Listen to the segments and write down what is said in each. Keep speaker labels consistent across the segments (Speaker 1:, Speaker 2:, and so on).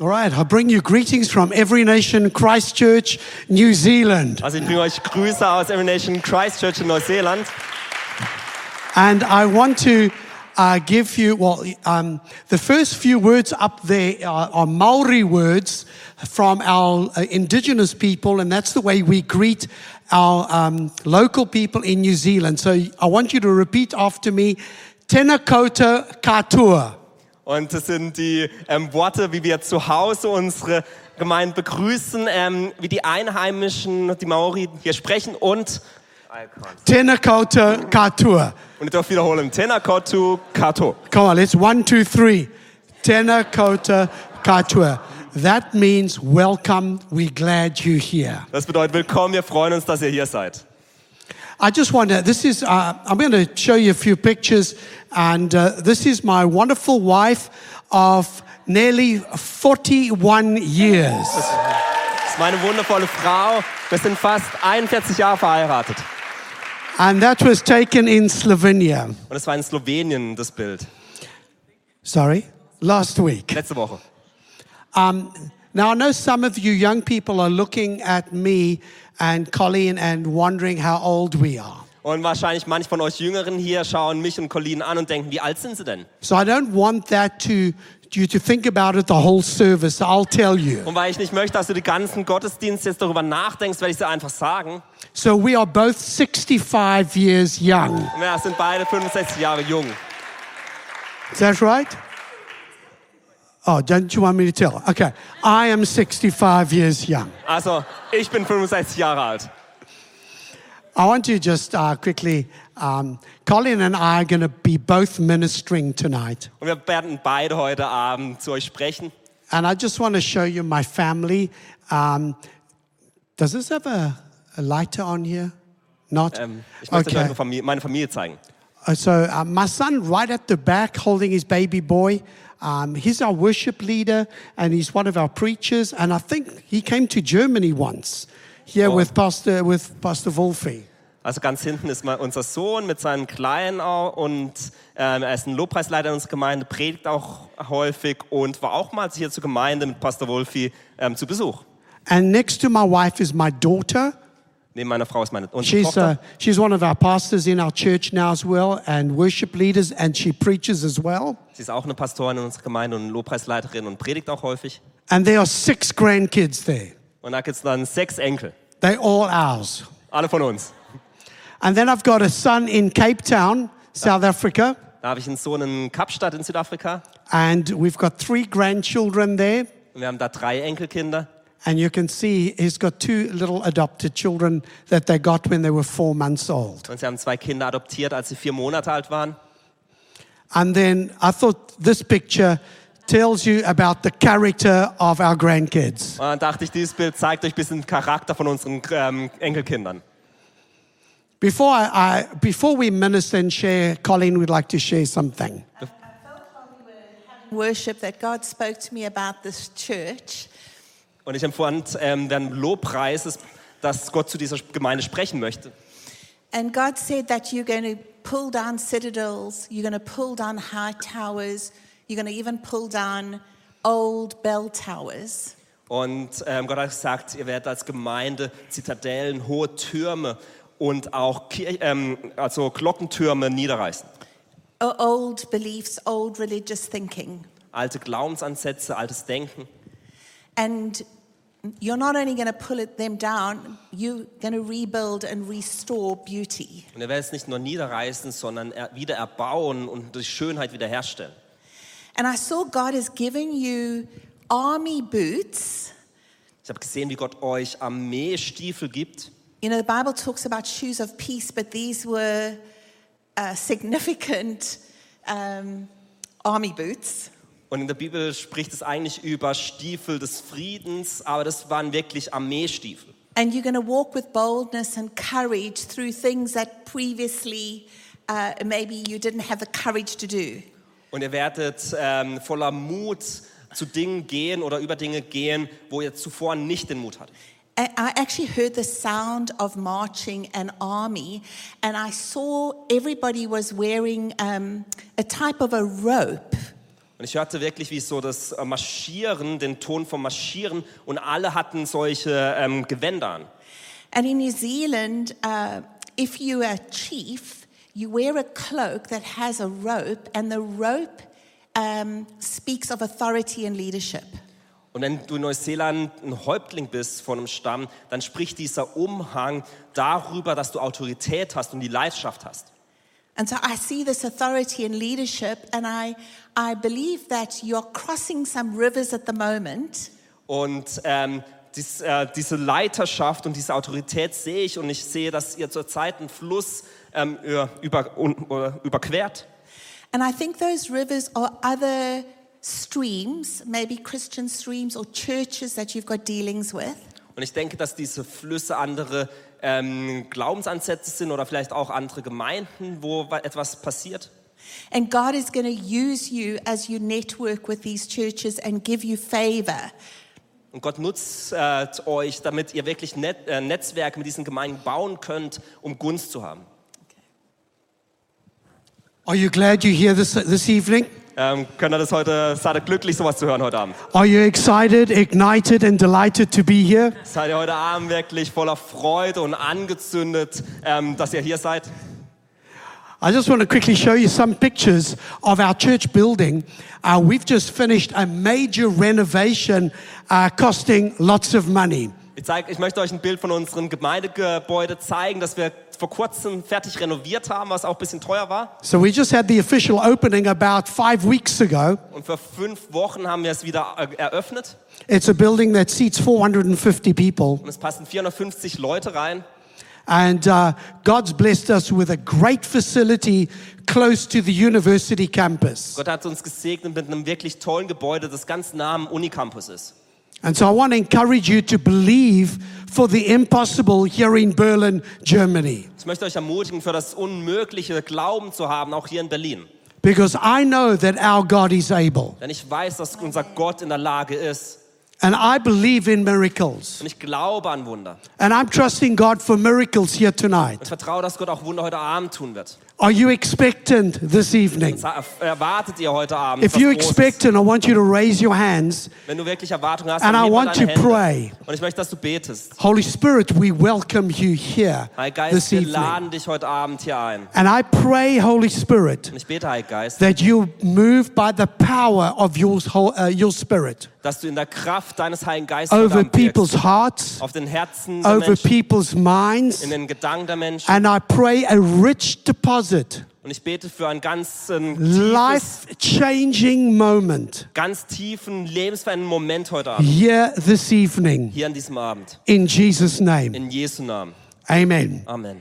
Speaker 1: All right, I bring you greetings from Every Nation Christchurch, New Zealand.
Speaker 2: Also ich bringe euch Grüße aus Every Nation Christchurch in Neuseeland.
Speaker 1: And I want to uh, give you, well, um, the first few words up there are, are Maori words from our uh, indigenous people, and that's the way we greet our um, local people in New Zealand. So I want you to repeat after me, Tena koutou Katua.
Speaker 2: Und das sind die ähm, Worte, wie wir zu Hause unsere Gemeinden begrüßen, ähm, wie die Einheimischen, die Maori hier sprechen und
Speaker 1: Tena koutou Katua.
Speaker 2: und ihr dürft wiederholen. Tena kotu kato.
Speaker 1: Come on, let's one, two, three. Tena koutou Katua. That means welcome, we're glad you're here.
Speaker 2: Das bedeutet willkommen, wir freuen uns, dass ihr hier seid.
Speaker 1: I just want to, this is, uh, I'm going to show you a few pictures. And uh, this is my wonderful wife of nearly 41 years.
Speaker 2: Das ist meine wundervolle Frau. Wir sind fast 41 Jahre verheiratet.
Speaker 1: And that was taken in Slovenia.
Speaker 2: Und es war in Slowenien das Bild.
Speaker 1: Sorry, last week.
Speaker 2: Letzte Woche.
Speaker 1: Now, I know some of you young people are looking at me and Colleen and wondering how old we are.
Speaker 2: Und wahrscheinlich manche von euch Jüngeren hier schauen mich und Colleen an und denken, wie alt sind sie denn?
Speaker 1: So I don't want that to, you to think about it the whole service. I'll tell you.
Speaker 2: Und weil ich nicht möchte, dass du die ganzen Gottesdienste jetzt darüber nachdenkst, werde ich dir einfach sagen.
Speaker 1: So we are both 65 years young.
Speaker 2: Und wir sind beide 65 Jahre jung.
Speaker 1: Is that right? Oh, don't you want me to tell? Okay. I am 65 years young.
Speaker 2: Also, ich bin 65 Jahre alt.
Speaker 1: I want to just uh, quickly, um, Colin and I are going to be both ministering tonight.
Speaker 2: Und wir werden beide heute Abend zu euch sprechen.
Speaker 1: And I just want to show you my family. Um, does this have a, a lighter on here? Not?
Speaker 2: Ähm, ich möchte euch
Speaker 1: okay.
Speaker 2: eure Familie, meine Familie zeigen.
Speaker 1: Uh, So, uh, my son, right at the back, holding his baby boy, um, he's our worship leader and he's one of our preachers. And I think he came to Germany once here with Pastor with Pastor Wolfie.
Speaker 2: Also ganz hinten ist mal unser Sohn mit seinem Kleinen auch und ähm, er ist ein Lobpreisleiter in unserer Gemeinde, predigt auch häufig und war auch mal hier zur Gemeinde mit Pastor Wolfi ähm, zu Besuch.
Speaker 1: And next to my wife is my daughter.
Speaker 2: Neben meiner Frau ist meine unsere
Speaker 1: She's uh,
Speaker 2: Tochter.
Speaker 1: she's one of our pastors in our church now as well, and worship leaders, and she preaches as well.
Speaker 2: Sie ist auch eine Pastorin in unserer Gemeinde und Lobpreisleiterin und predigt auch häufig.
Speaker 1: And there are six grandkids there.
Speaker 2: Und da gibt es dann sechs Enkel.
Speaker 1: They're all ours.
Speaker 2: Alle von uns.
Speaker 1: And then I've got a son in Cape Town, South Africa.
Speaker 2: Da habe ich einen Sohn in Kapstadt in Südafrika.
Speaker 1: And we've got three grandchildren there.
Speaker 2: Und wir haben da drei Enkelkinder.
Speaker 1: And you can see he's got two little adopted children that they got when they were four months old.
Speaker 2: Und sie haben zwei Kinder adoptiert, als sie vier Monate alt waren.
Speaker 1: And then I thought this picture tells you about the character of our grandkids.
Speaker 2: Und dann dachte ich, dieses Bild zeigt euch ein bisschen den Charakter von unseren ähm, Enkelkindern.
Speaker 1: Before, I, I, before we minister and share, Colleen would like to share something.
Speaker 3: worship that God spoke to me about this church.
Speaker 2: Und ich empfand ähm, während dem Lobpreis, ist, dass Gott zu dieser Gemeinde sprechen möchte.
Speaker 3: And God said that you're going to pull down citadels, you're going to pull down high towers, you're going to even pull down old bell towers.
Speaker 2: Und ähm, Gott hat gesagt, ihr werdet als Gemeinde Zitadellen, hohe Türme und auch Kir ähm, also Glockentürme niederreißen.
Speaker 3: O- Old beliefs, old religious thinking.
Speaker 2: Alte Glaubensansätze, altes Denken.
Speaker 3: And you're not only going to pull it, them down, you're going to rebuild and restore beauty.
Speaker 2: Und ihr werdet es nicht nur niederreißen, sondern er wieder erbauen und die Schönheit wiederherstellen.
Speaker 3: And I saw God is giving you army boots.
Speaker 2: Ich habe gesehen, wie Gott euch Armeestiefel gibt.
Speaker 3: You know, the Bible talks about shoes of peace, but these were uh, significant um, army boots.
Speaker 2: Und in der Bibel spricht es eigentlich über Stiefel des Friedens, aber das waren wirklich Armeestiefel.
Speaker 3: And you're going to walk with boldness and courage through things that previously uh, maybe you didn't have the courage to do.
Speaker 2: Und ihr werdet ähm, voller Mut zu Dingen gehen oder über Dinge gehen, wo ihr zuvor nicht den Mut hattet.
Speaker 3: I I actually heard the sound of marching and army, and I saw everybody was wearing um, a type of a rope.
Speaker 2: Und ich hörte wirklich, wie so das äh, Marschieren, den Ton vom Marschieren und alle hatten solche ähm, Gewänder an.
Speaker 3: And in New Zealand, uh, if you are chief, you wear a cloak that has a rope, and the rope um, speaks of authority and leadership.
Speaker 2: Und wenn du in Neuseeland ein Häuptling bist von einem Stamm, dann spricht dieser Umhang darüber, dass du Autorität hast und die Leidenschaft hast.
Speaker 3: And so I see this authority and leadership, and I, I believe that you're crossing some rivers at the moment,
Speaker 2: Und ähm, dies, äh, diese Leiterschaft und diese Autorität sehe ich und ich sehe, dass ihr zurzeit einen Fluss ähm, über, über, un, oder überquert.
Speaker 3: and I think those rivers are other streams, maybe Christian streams or churches that you've got dealings with.
Speaker 2: Und ich denke, dass diese Flüsse andere ähm, Glaubensansätze sind oder vielleicht auch andere Gemeinden, wo wa- etwas passiert.
Speaker 3: And God is going to use you as you network with these churches and give you favor.
Speaker 2: Und Gott nutzt äh, euch, damit ihr wirklich Net äh, Netzwerke mit diesen Gemeinden bauen könnt, um Gunst zu haben.
Speaker 1: Are you glad you're here this, this evening?
Speaker 2: Ähm, könnt ihr das heute, seid ihr glücklich, sowas zu hören heute Abend?
Speaker 1: Are you excited, ignited, and delighted to be here?
Speaker 2: Seid ihr heute Abend wirklich voller Freude und angezündet, ähm, dass ihr hier seid?
Speaker 1: I just want to quickly show you some pictures of our church building. Uh, we've just finished a major renovation uh, costing lots of money.
Speaker 2: Ich, zeig, ich möchte euch ein Bild von unserem Gemeindegebäude zeigen, das wir vor kurzem fertig renoviert haben, was auch ein bisschen teuer war.
Speaker 1: So we just had the official opening about five weeks ago.
Speaker 2: Und vor fünf Wochen haben wir es wieder äh, eröffnet.
Speaker 1: It's a building that seats 450 people.
Speaker 2: Und es passen 450 Leute rein.
Speaker 1: And uh, God's blessed us with a great facility close to the university campus.
Speaker 2: Gott hat uns gesegnet mit einem wirklich tollen Gebäude, das ganz nah am Unicampus ist.
Speaker 1: And so I want to encourage you to believe for the impossible here in Berlin, Germany.
Speaker 2: Ich möchte euch ermutigen, für das Unmögliche Glauben zu haben, auch hier in Berlin.
Speaker 1: Because I know that our God is able.
Speaker 2: Denn ich weiß, dass unser Gott in der Lage ist.
Speaker 1: And I believe in miracles.
Speaker 2: Und ich glaube an Wunder.
Speaker 1: And I'm trusting God for miracles here
Speaker 2: Und
Speaker 1: tonight.
Speaker 2: ich vertraue, dass Gott auch Wunder heute Abend tun wird.
Speaker 1: Are you expectant this evening?
Speaker 2: Das er- erwartet ihr heute Abend.
Speaker 1: If
Speaker 2: was
Speaker 1: you're
Speaker 2: Großes.
Speaker 1: expectant, I want you to raise your hands.
Speaker 2: Wenn du wirklich Erwartungen hast,
Speaker 1: And
Speaker 2: dann
Speaker 1: I
Speaker 2: heb mal
Speaker 1: want
Speaker 2: deine
Speaker 1: to
Speaker 2: Hände.
Speaker 1: pray.
Speaker 2: Und ich möchte, dass du betest.
Speaker 1: Holy Spirit, we welcome you here
Speaker 2: Heiliger Geist,
Speaker 1: this
Speaker 2: wir
Speaker 1: evening.
Speaker 2: laden dich heute Abend hier ein.
Speaker 1: And I pray, Holy Spirit,
Speaker 2: Und ich bete, Heiliger Geist,
Speaker 1: that you move by the power of your, whole- uh, your Spirit
Speaker 2: dass du in der Kraft deines Heiligen Geistes heute
Speaker 1: over
Speaker 2: Abend wirkst.
Speaker 1: people's hearts,
Speaker 2: auf den Herzen der
Speaker 1: over
Speaker 2: Menschen,
Speaker 1: people's minds.
Speaker 2: in den Gedanken der Menschen.
Speaker 1: And I pray a rich deposit,
Speaker 2: Und ich bete für einen ganz, ähm, tiefes,
Speaker 1: life changing moment
Speaker 2: ganz tiefen, lebensverändernden Moment heute Abend.
Speaker 1: here this evening
Speaker 2: Hier an diesem Abend.
Speaker 1: in Jesus' name.
Speaker 2: In Jesu Namen.
Speaker 1: Amen.
Speaker 2: Amen.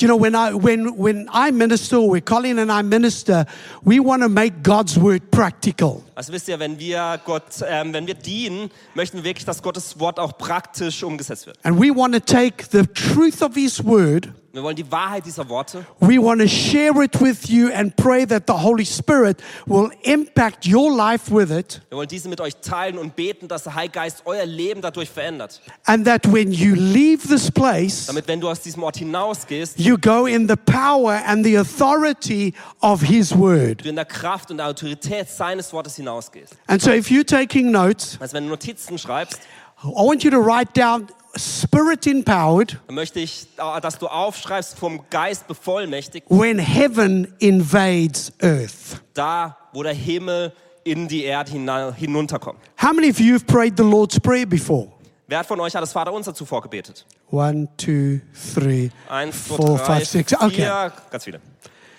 Speaker 1: You know, when I when when I minister, or when Colin and I minister, we want to make God's word practical.
Speaker 2: Also wisst ihr, wenn wir Gott, ähm, wenn wir dienen, möchten wir wirklich, dass Gottes Wort auch praktisch umgesetzt wird.
Speaker 1: And we want to take the truth of his word,
Speaker 2: Wir wollen die Wahrheit dieser Worte
Speaker 1: we want to share it with you and pray that the Holy Spirit will impact your life with it.
Speaker 2: Wir wollen diese mit euch teilen und beten, dass der Heilgeist euer Leben dadurch verändert.
Speaker 1: And that when you leave this place,
Speaker 2: Damit, wenn du aus diesem Ort hinausgehst,
Speaker 1: you go in the power and the authority of his word.
Speaker 2: du in der Kraft und der Autorität seines Wortes hinausgehst.
Speaker 1: And so if you're taking notes,
Speaker 2: Also, wenn du Notizen schreibst,
Speaker 1: I want you to write down spirit empowered
Speaker 2: dann möchte ich, äh, dass du aufschreibst vom Geist bevollmächtigt,
Speaker 1: when heaven invades earth.
Speaker 2: da, wo der Himmel in die Erde hina- hinunterkommt.
Speaker 1: How many of you have prayed the Lord's Prayer before?
Speaker 2: Wer von euch hat das Vaterunser zuvor gebetet?
Speaker 1: One, two, three,
Speaker 2: Eins, zwei,
Speaker 1: four,
Speaker 2: drei,
Speaker 1: five, six.
Speaker 2: vier,
Speaker 1: Okay.
Speaker 2: ganz viele.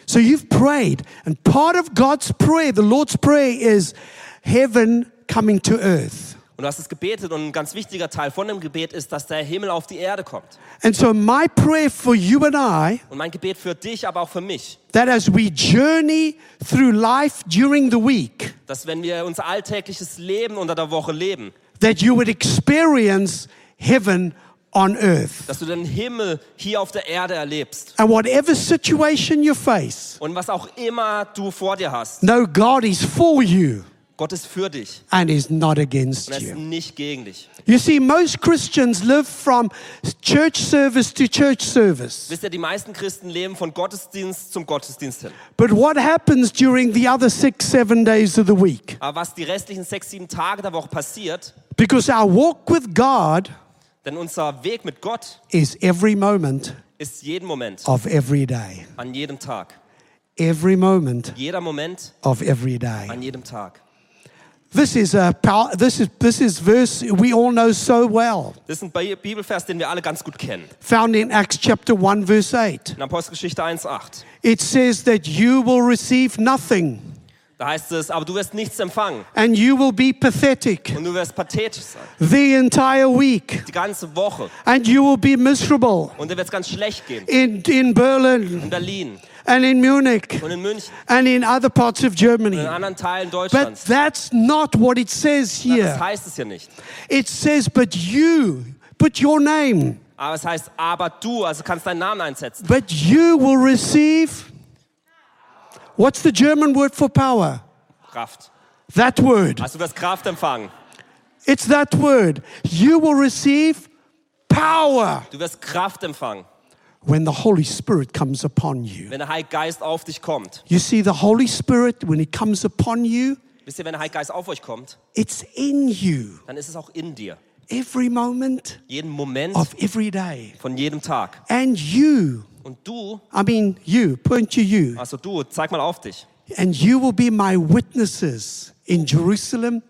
Speaker 1: So you've prayed, and part of God's prayer, the Lord's Prayer, is heaven coming to earth.
Speaker 2: Und du hast es gebetet und ein ganz wichtiger Teil von dem Gebet ist, dass der Himmel auf die Erde kommt.
Speaker 1: And so, my prayer for you and I
Speaker 2: Und mein Gebet für dich, aber auch für mich,
Speaker 1: that as we journey through life during the week,
Speaker 2: dass wenn wir unser alltägliches Leben unter der Woche leben,
Speaker 1: that you would experience heaven on earth.
Speaker 2: dass du den Himmel hier auf der Erde erlebst.
Speaker 1: And whatever situation you face,
Speaker 2: Und was auch immer du vor dir hast,
Speaker 1: know God is for you.
Speaker 2: Gott ist für dich
Speaker 1: and is not
Speaker 2: und er
Speaker 1: against
Speaker 2: ist
Speaker 1: you.
Speaker 2: nicht gegen dich.
Speaker 1: You see, most Christians live from church service to church service.
Speaker 2: Wisst ihr, die meisten Christen leben von Gottesdienst zum Gottesdienst hin.
Speaker 1: But what happens during the other six, seven days of the week?
Speaker 2: Aber was die restlichen sechs, sieben Tage der Woche passiert,
Speaker 1: Because our walk with God
Speaker 2: denn unser Weg mit Gott
Speaker 1: is every moment
Speaker 2: ist jeden Moment,
Speaker 1: of every day.
Speaker 2: an jedem Tag.
Speaker 1: Every moment
Speaker 2: Jeder Moment,
Speaker 1: of every day.
Speaker 2: an jedem Tag.
Speaker 1: This is a power, this is this is verse we all know so well,
Speaker 2: Das ist ein Bi- Bibelvers, den wir alle ganz gut kennen.
Speaker 1: found in Acts chapter 1 verse 8.
Speaker 2: In Apostelgeschichte 1,8.
Speaker 1: It says that you will receive nothing
Speaker 2: Da heißt es, aber du wirst nichts empfangen
Speaker 1: and you will be pathetic
Speaker 2: und du wirst pathetisch sein.
Speaker 1: the entire week
Speaker 2: Die ganze Woche.
Speaker 1: and you will be miserable
Speaker 2: Und dir wird es ganz schlecht gehen.
Speaker 1: in in
Speaker 2: In
Speaker 1: Berlin
Speaker 2: Berlin
Speaker 1: and in Munich
Speaker 2: und in München
Speaker 1: and in other parts of
Speaker 2: und in
Speaker 1: Germany.
Speaker 2: anderen Teilen
Speaker 1: But
Speaker 2: Deutschlands.
Speaker 1: that's not what it says
Speaker 2: Das
Speaker 1: here.
Speaker 2: heißt es ja nicht.
Speaker 1: It says but you but your name
Speaker 2: Aber es heißt, aber du, also kannst deinen Namen einsetzen.
Speaker 1: But you will receive. What's the German word for power?
Speaker 2: Kraft.
Speaker 1: That word.
Speaker 2: Also du wirst Kraft empfangen.
Speaker 1: It's that word. You will receive power
Speaker 2: Du wirst Kraft empfangen,
Speaker 1: when the Holy Spirit comes upon you.
Speaker 2: wenn der Heilige Geist auf dich kommt.
Speaker 1: You see, the Holy Spirit, when it comes upon you,
Speaker 2: Wisst ihr, wenn der Heilige Geist auf euch kommt,
Speaker 1: it's in you
Speaker 2: dann ist es auch in dir.
Speaker 1: every moment
Speaker 2: Jeden Moment
Speaker 1: of every day.
Speaker 2: von jedem Tag.
Speaker 1: And you,
Speaker 2: Und du,
Speaker 1: I mean, you, point to you,
Speaker 2: also du, zeig mal auf dich.
Speaker 1: and you will be my witnesses in Jerusalem,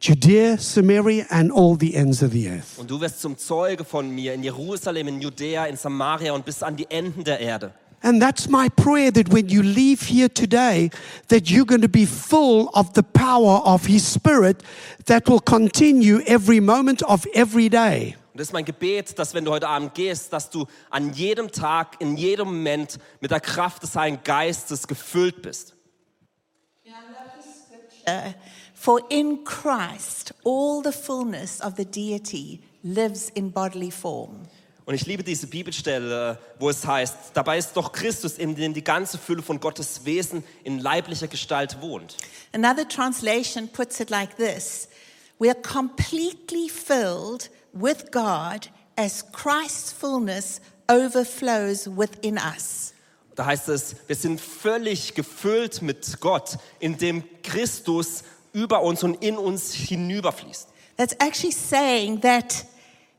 Speaker 1: Judea, Samaria, and all the ends of the earth.
Speaker 2: Und du wirst zum Zeuge von mir in Jerusalem, in Judäa, in Samaria und bis an die Enden der Erde.
Speaker 1: And that's my prayer that when you leave here today, that you're going to be full of the power of His Spirit that will continue every moment of every day.
Speaker 2: Und das ist mein Gebet, dass wenn du heute Abend gehst, dass du an jedem Tag, in jedem Moment mit der Kraft des Heiligen Geistes gefüllt bist.
Speaker 3: For in Christ, all the fullness of the deity lives in bodily form.
Speaker 2: Und ich liebe diese Bibelstelle, wo es heißt, dabei ist doch Christus, in dem die ganze Fülle von Gottes Wesen in leiblicher Gestalt wohnt.
Speaker 3: Another translation puts it like this We are completely filled with God as Christ's fullness overflows within us.
Speaker 2: Da heißt es, wir sind völlig gefüllt mit Gott, indem Christus über uns und in uns hinüberfließt.
Speaker 3: That's actually saying that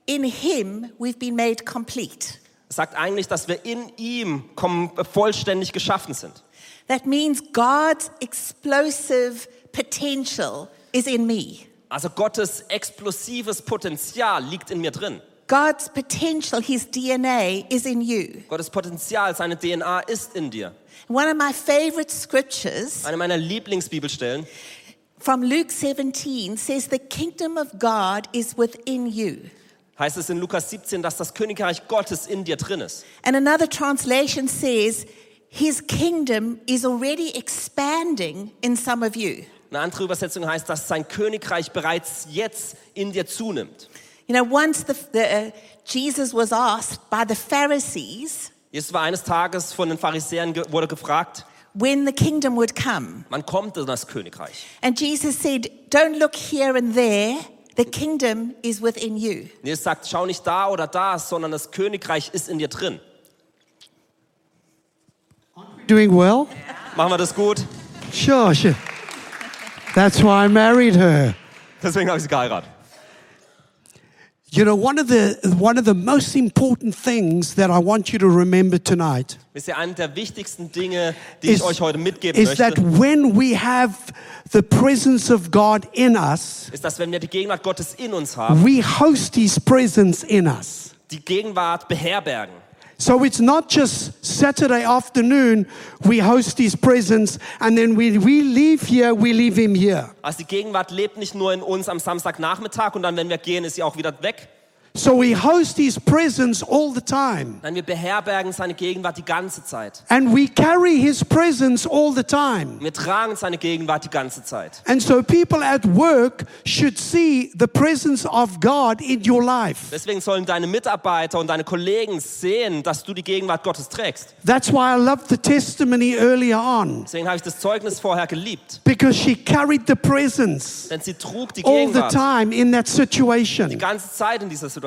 Speaker 3: in Him we've been made complete.
Speaker 2: Es sagt eigentlich, dass wir in ihm kom- vollständig geschaffen sind.
Speaker 3: That means God's explosive potential is in me.
Speaker 2: Also Gottes explosives Potenzial liegt in mir drin.
Speaker 3: God's potential, His DNA, is in you.
Speaker 2: Gottes Potenzial, seine DNA ist in dir.
Speaker 3: One of my favorite scriptures
Speaker 2: Eine meiner Lieblingsbibelstellen
Speaker 3: from Luke 17 says, The kingdom of God is within you.
Speaker 2: heißt es in Lukas 17, dass das Königreich Gottes in dir drin ist.
Speaker 3: And another translation says, His kingdom is already expanding in some of you.
Speaker 2: Eine andere Übersetzung heißt, dass sein Königreich bereits jetzt in dir zunimmt.
Speaker 3: You know, once the, the, uh, Jesus was asked by the Pharisees
Speaker 2: Jesus war eines Tages von den Pharisäern ge wurde gefragt,
Speaker 3: when the kingdom would come.
Speaker 2: wann kommt denn das Königreich?
Speaker 3: And Jesus said, Don't look here and there, the kingdom is within you.
Speaker 2: Und Jesus sagt, schau nicht da oder da, sondern das Königreich ist in dir drin.
Speaker 1: Doing well?
Speaker 2: Machen wir das gut?
Speaker 1: Sure, sure. That's why I married her.
Speaker 2: Deswegen habe ich sie geheiratet.
Speaker 1: You know, one of the one of the most important things that I want you to remember tonight
Speaker 2: Wisst ihr, eine der wichtigsten Dinge, die
Speaker 1: is,
Speaker 2: ich euch heute mitgeben
Speaker 1: is that
Speaker 2: möchte,
Speaker 1: when we have the presence of God in us,
Speaker 2: ist, dass wenn wir die Gegenwart Gottes in uns haben,
Speaker 1: we host His presence in us.
Speaker 2: die Gegenwart beherbergen.
Speaker 1: So it's not just Saturday afternoon, we host his presence, and then we, we leave here, we leave him here.
Speaker 2: Also die Gegenwart lebt nicht nur in uns am Samstagnachmittag und dann, wenn wir gehen, ist sie auch wieder weg,
Speaker 1: So we host his presence all the time.
Speaker 2: Nein, wir beherbergen seine Gegenwart die ganze Zeit.
Speaker 1: And we carry his presence all the time.
Speaker 2: Wir tragen seine Gegenwart die ganze Zeit.
Speaker 1: And so people at work should see the presence of God in your life.
Speaker 2: Deswegen sollen deine Mitarbeiter und deine Kollegen sehen, dass du die Gegenwart Gottes trägst.
Speaker 1: That's why I loved the testimony earlier on,
Speaker 2: Deswegen habe ich das Zeugnis vorher geliebt.
Speaker 1: because she carried the presence
Speaker 2: Denn sie trug die
Speaker 1: all the
Speaker 2: Gegenwart
Speaker 1: time in that
Speaker 2: die
Speaker 1: situation.
Speaker 2: ganze Zeit in dieser Situation.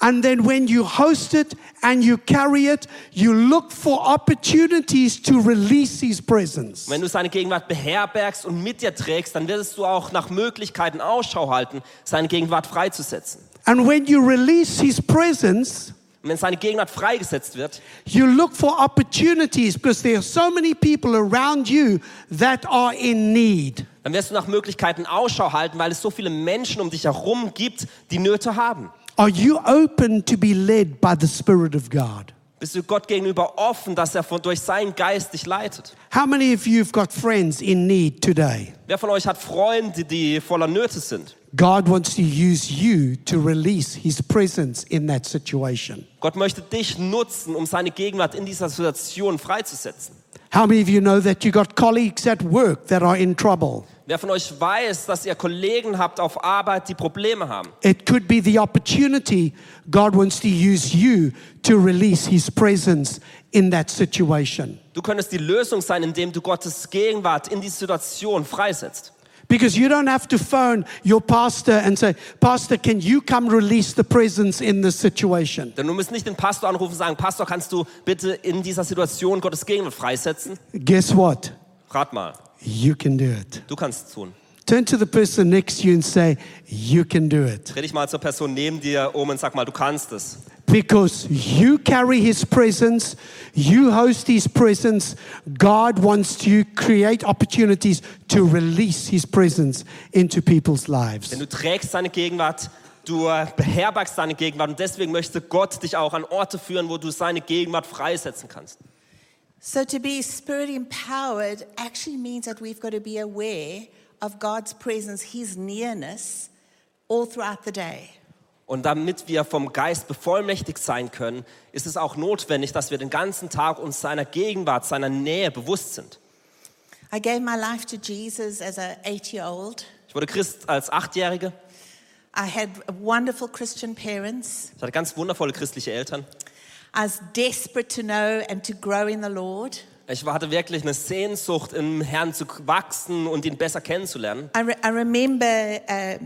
Speaker 1: And then when you host it and you carry it, you look for opportunities to release his presence.
Speaker 2: Wenn du seine Gegenwart beherbergst und mit dir trägst, dann wirst du auch nach Möglichkeiten Ausschau halten, seine Gegenwart freizusetzen.
Speaker 1: And when you release his presence,
Speaker 2: Und wenn seine Gegenwart freigesetzt wird,
Speaker 1: You look for opportunities because there are so many people around you that are in need.
Speaker 2: dann wirst du nach Möglichkeiten Ausschau halten, weil es so viele Menschen um dich herum gibt, die Nöte haben.
Speaker 1: Are you open to be led by the Spirit of God?
Speaker 2: Bist du Gott gegenüber offen, dass er von, durch seinen Geist dich leitet?
Speaker 1: How many of you have got friends in need today?
Speaker 2: Wer von euch hat Freunde, die voller Nöte sind?
Speaker 1: God wants to use you to release His presence in that situation.
Speaker 2: Gott möchte dich nutzen, um seine Gegenwart in dieser Situation freizusetzen.
Speaker 1: How many of you know that you got colleagues at work that are in trouble?
Speaker 2: Wer von euch weiß, dass ihr Kollegen habt auf Arbeit, die Probleme haben?
Speaker 1: It could be the opportunity God wants to use you to release His presence in that situation.
Speaker 2: Du könntest die Lösung sein, indem du Gottes Gegenwart in die Situation freisetzt.
Speaker 1: Because you don't have to phone your pastor and say, Pastor, can you come release the presence in this situation?
Speaker 2: Denn du musst nicht den Pastor anrufen und sagen, Pastor, kannst du bitte in dieser Situation Gottes Gegenwart freisetzen?
Speaker 1: Guess what?
Speaker 2: Rat mal,
Speaker 1: You can do it.
Speaker 2: du kannst es tun.
Speaker 1: Turn to the person next to you and say, You can do it.
Speaker 2: Dreh dich mal zur Person neben dir um und sag mal, du kannst es.
Speaker 1: Because you carry his presence, you host his presence. God wants to create opportunities to release his presence into people's
Speaker 2: Denn
Speaker 1: lives.
Speaker 2: du trägst seine Gegenwart, du äh, beherbergst seine Gegenwart und deswegen möchte Gott dich auch an Orte führen, wo du seine Gegenwart freisetzen kannst.
Speaker 3: So to be spirit empowered actually means that we've got to be aware of God's presence, His nearness, all throughout the day.
Speaker 2: Und damit wir vom Geist bevollmächtigt sein können, ist es auch notwendig, dass wir den ganzen Tag uns seiner Gegenwart, seiner Nähe bewusst sind.
Speaker 3: I gave my life to Jesus as an eight year old.
Speaker 2: Ich wurde Christ als Achtjährige.
Speaker 3: I had wonderful Christian parents.
Speaker 2: Ich hatte ganz wundervolle christliche Eltern.
Speaker 3: I was desperate to know and to grow in the Lord.
Speaker 2: Ich hatte wirklich eine Sehnsucht, im Herrn zu wachsen und ihn besser kennenzulernen.
Speaker 3: I, re- I remember uh,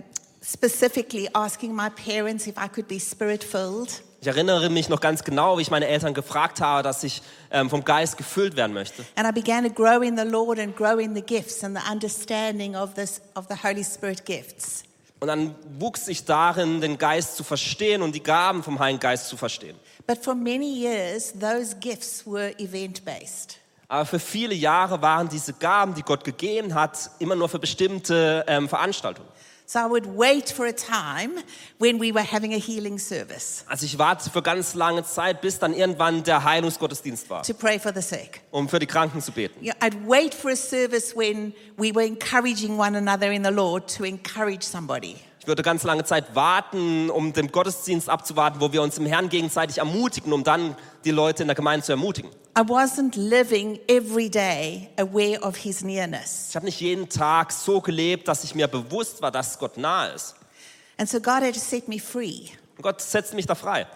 Speaker 3: specifically asking my parents if I could be spirit filled.
Speaker 2: Ich erinnere mich noch ganz genau, wie ich meine Eltern gefragt habe, dass ich ähm, vom Geist gefüllt werden möchte.
Speaker 3: And I began to grow in the Lord and grow in the gifts and the understanding of, this, of the Holy Spirit gifts.
Speaker 2: Und dann wuchs ich darin, den Geist zu verstehen und die Gaben vom Heiligen Geist zu verstehen.
Speaker 3: But for many years, those gifts were event based.
Speaker 2: Aber für viele Jahre waren diese Gaben, die Gott gegeben hat, immer nur für bestimmte ähm, Veranstaltungen.
Speaker 3: So I would wait for a time when we were having a healing service
Speaker 2: Also ich warte für ganz lange Zeit, bis dann irgendwann der Heilungsgottesdienst war,
Speaker 3: to pray for the sick.
Speaker 2: um für die Kranken zu beten.
Speaker 3: You know, I'd wait for a service when we were encouraging one another in the Lord to encourage somebody.
Speaker 2: Ich würde ganz lange Zeit warten, um den Gottesdienst abzuwarten, wo wir uns im Herrn gegenseitig ermutigen, um dann die Leute in der Gemeinde zu ermutigen.
Speaker 3: I wasn't living every day aware of his nearness.
Speaker 2: Ich habe nicht jeden Tag so gelebt, dass ich mir bewusst war, dass Gott nahe ist.
Speaker 3: And so God had to set me free.
Speaker 2: Und Gott setzt mich da frei.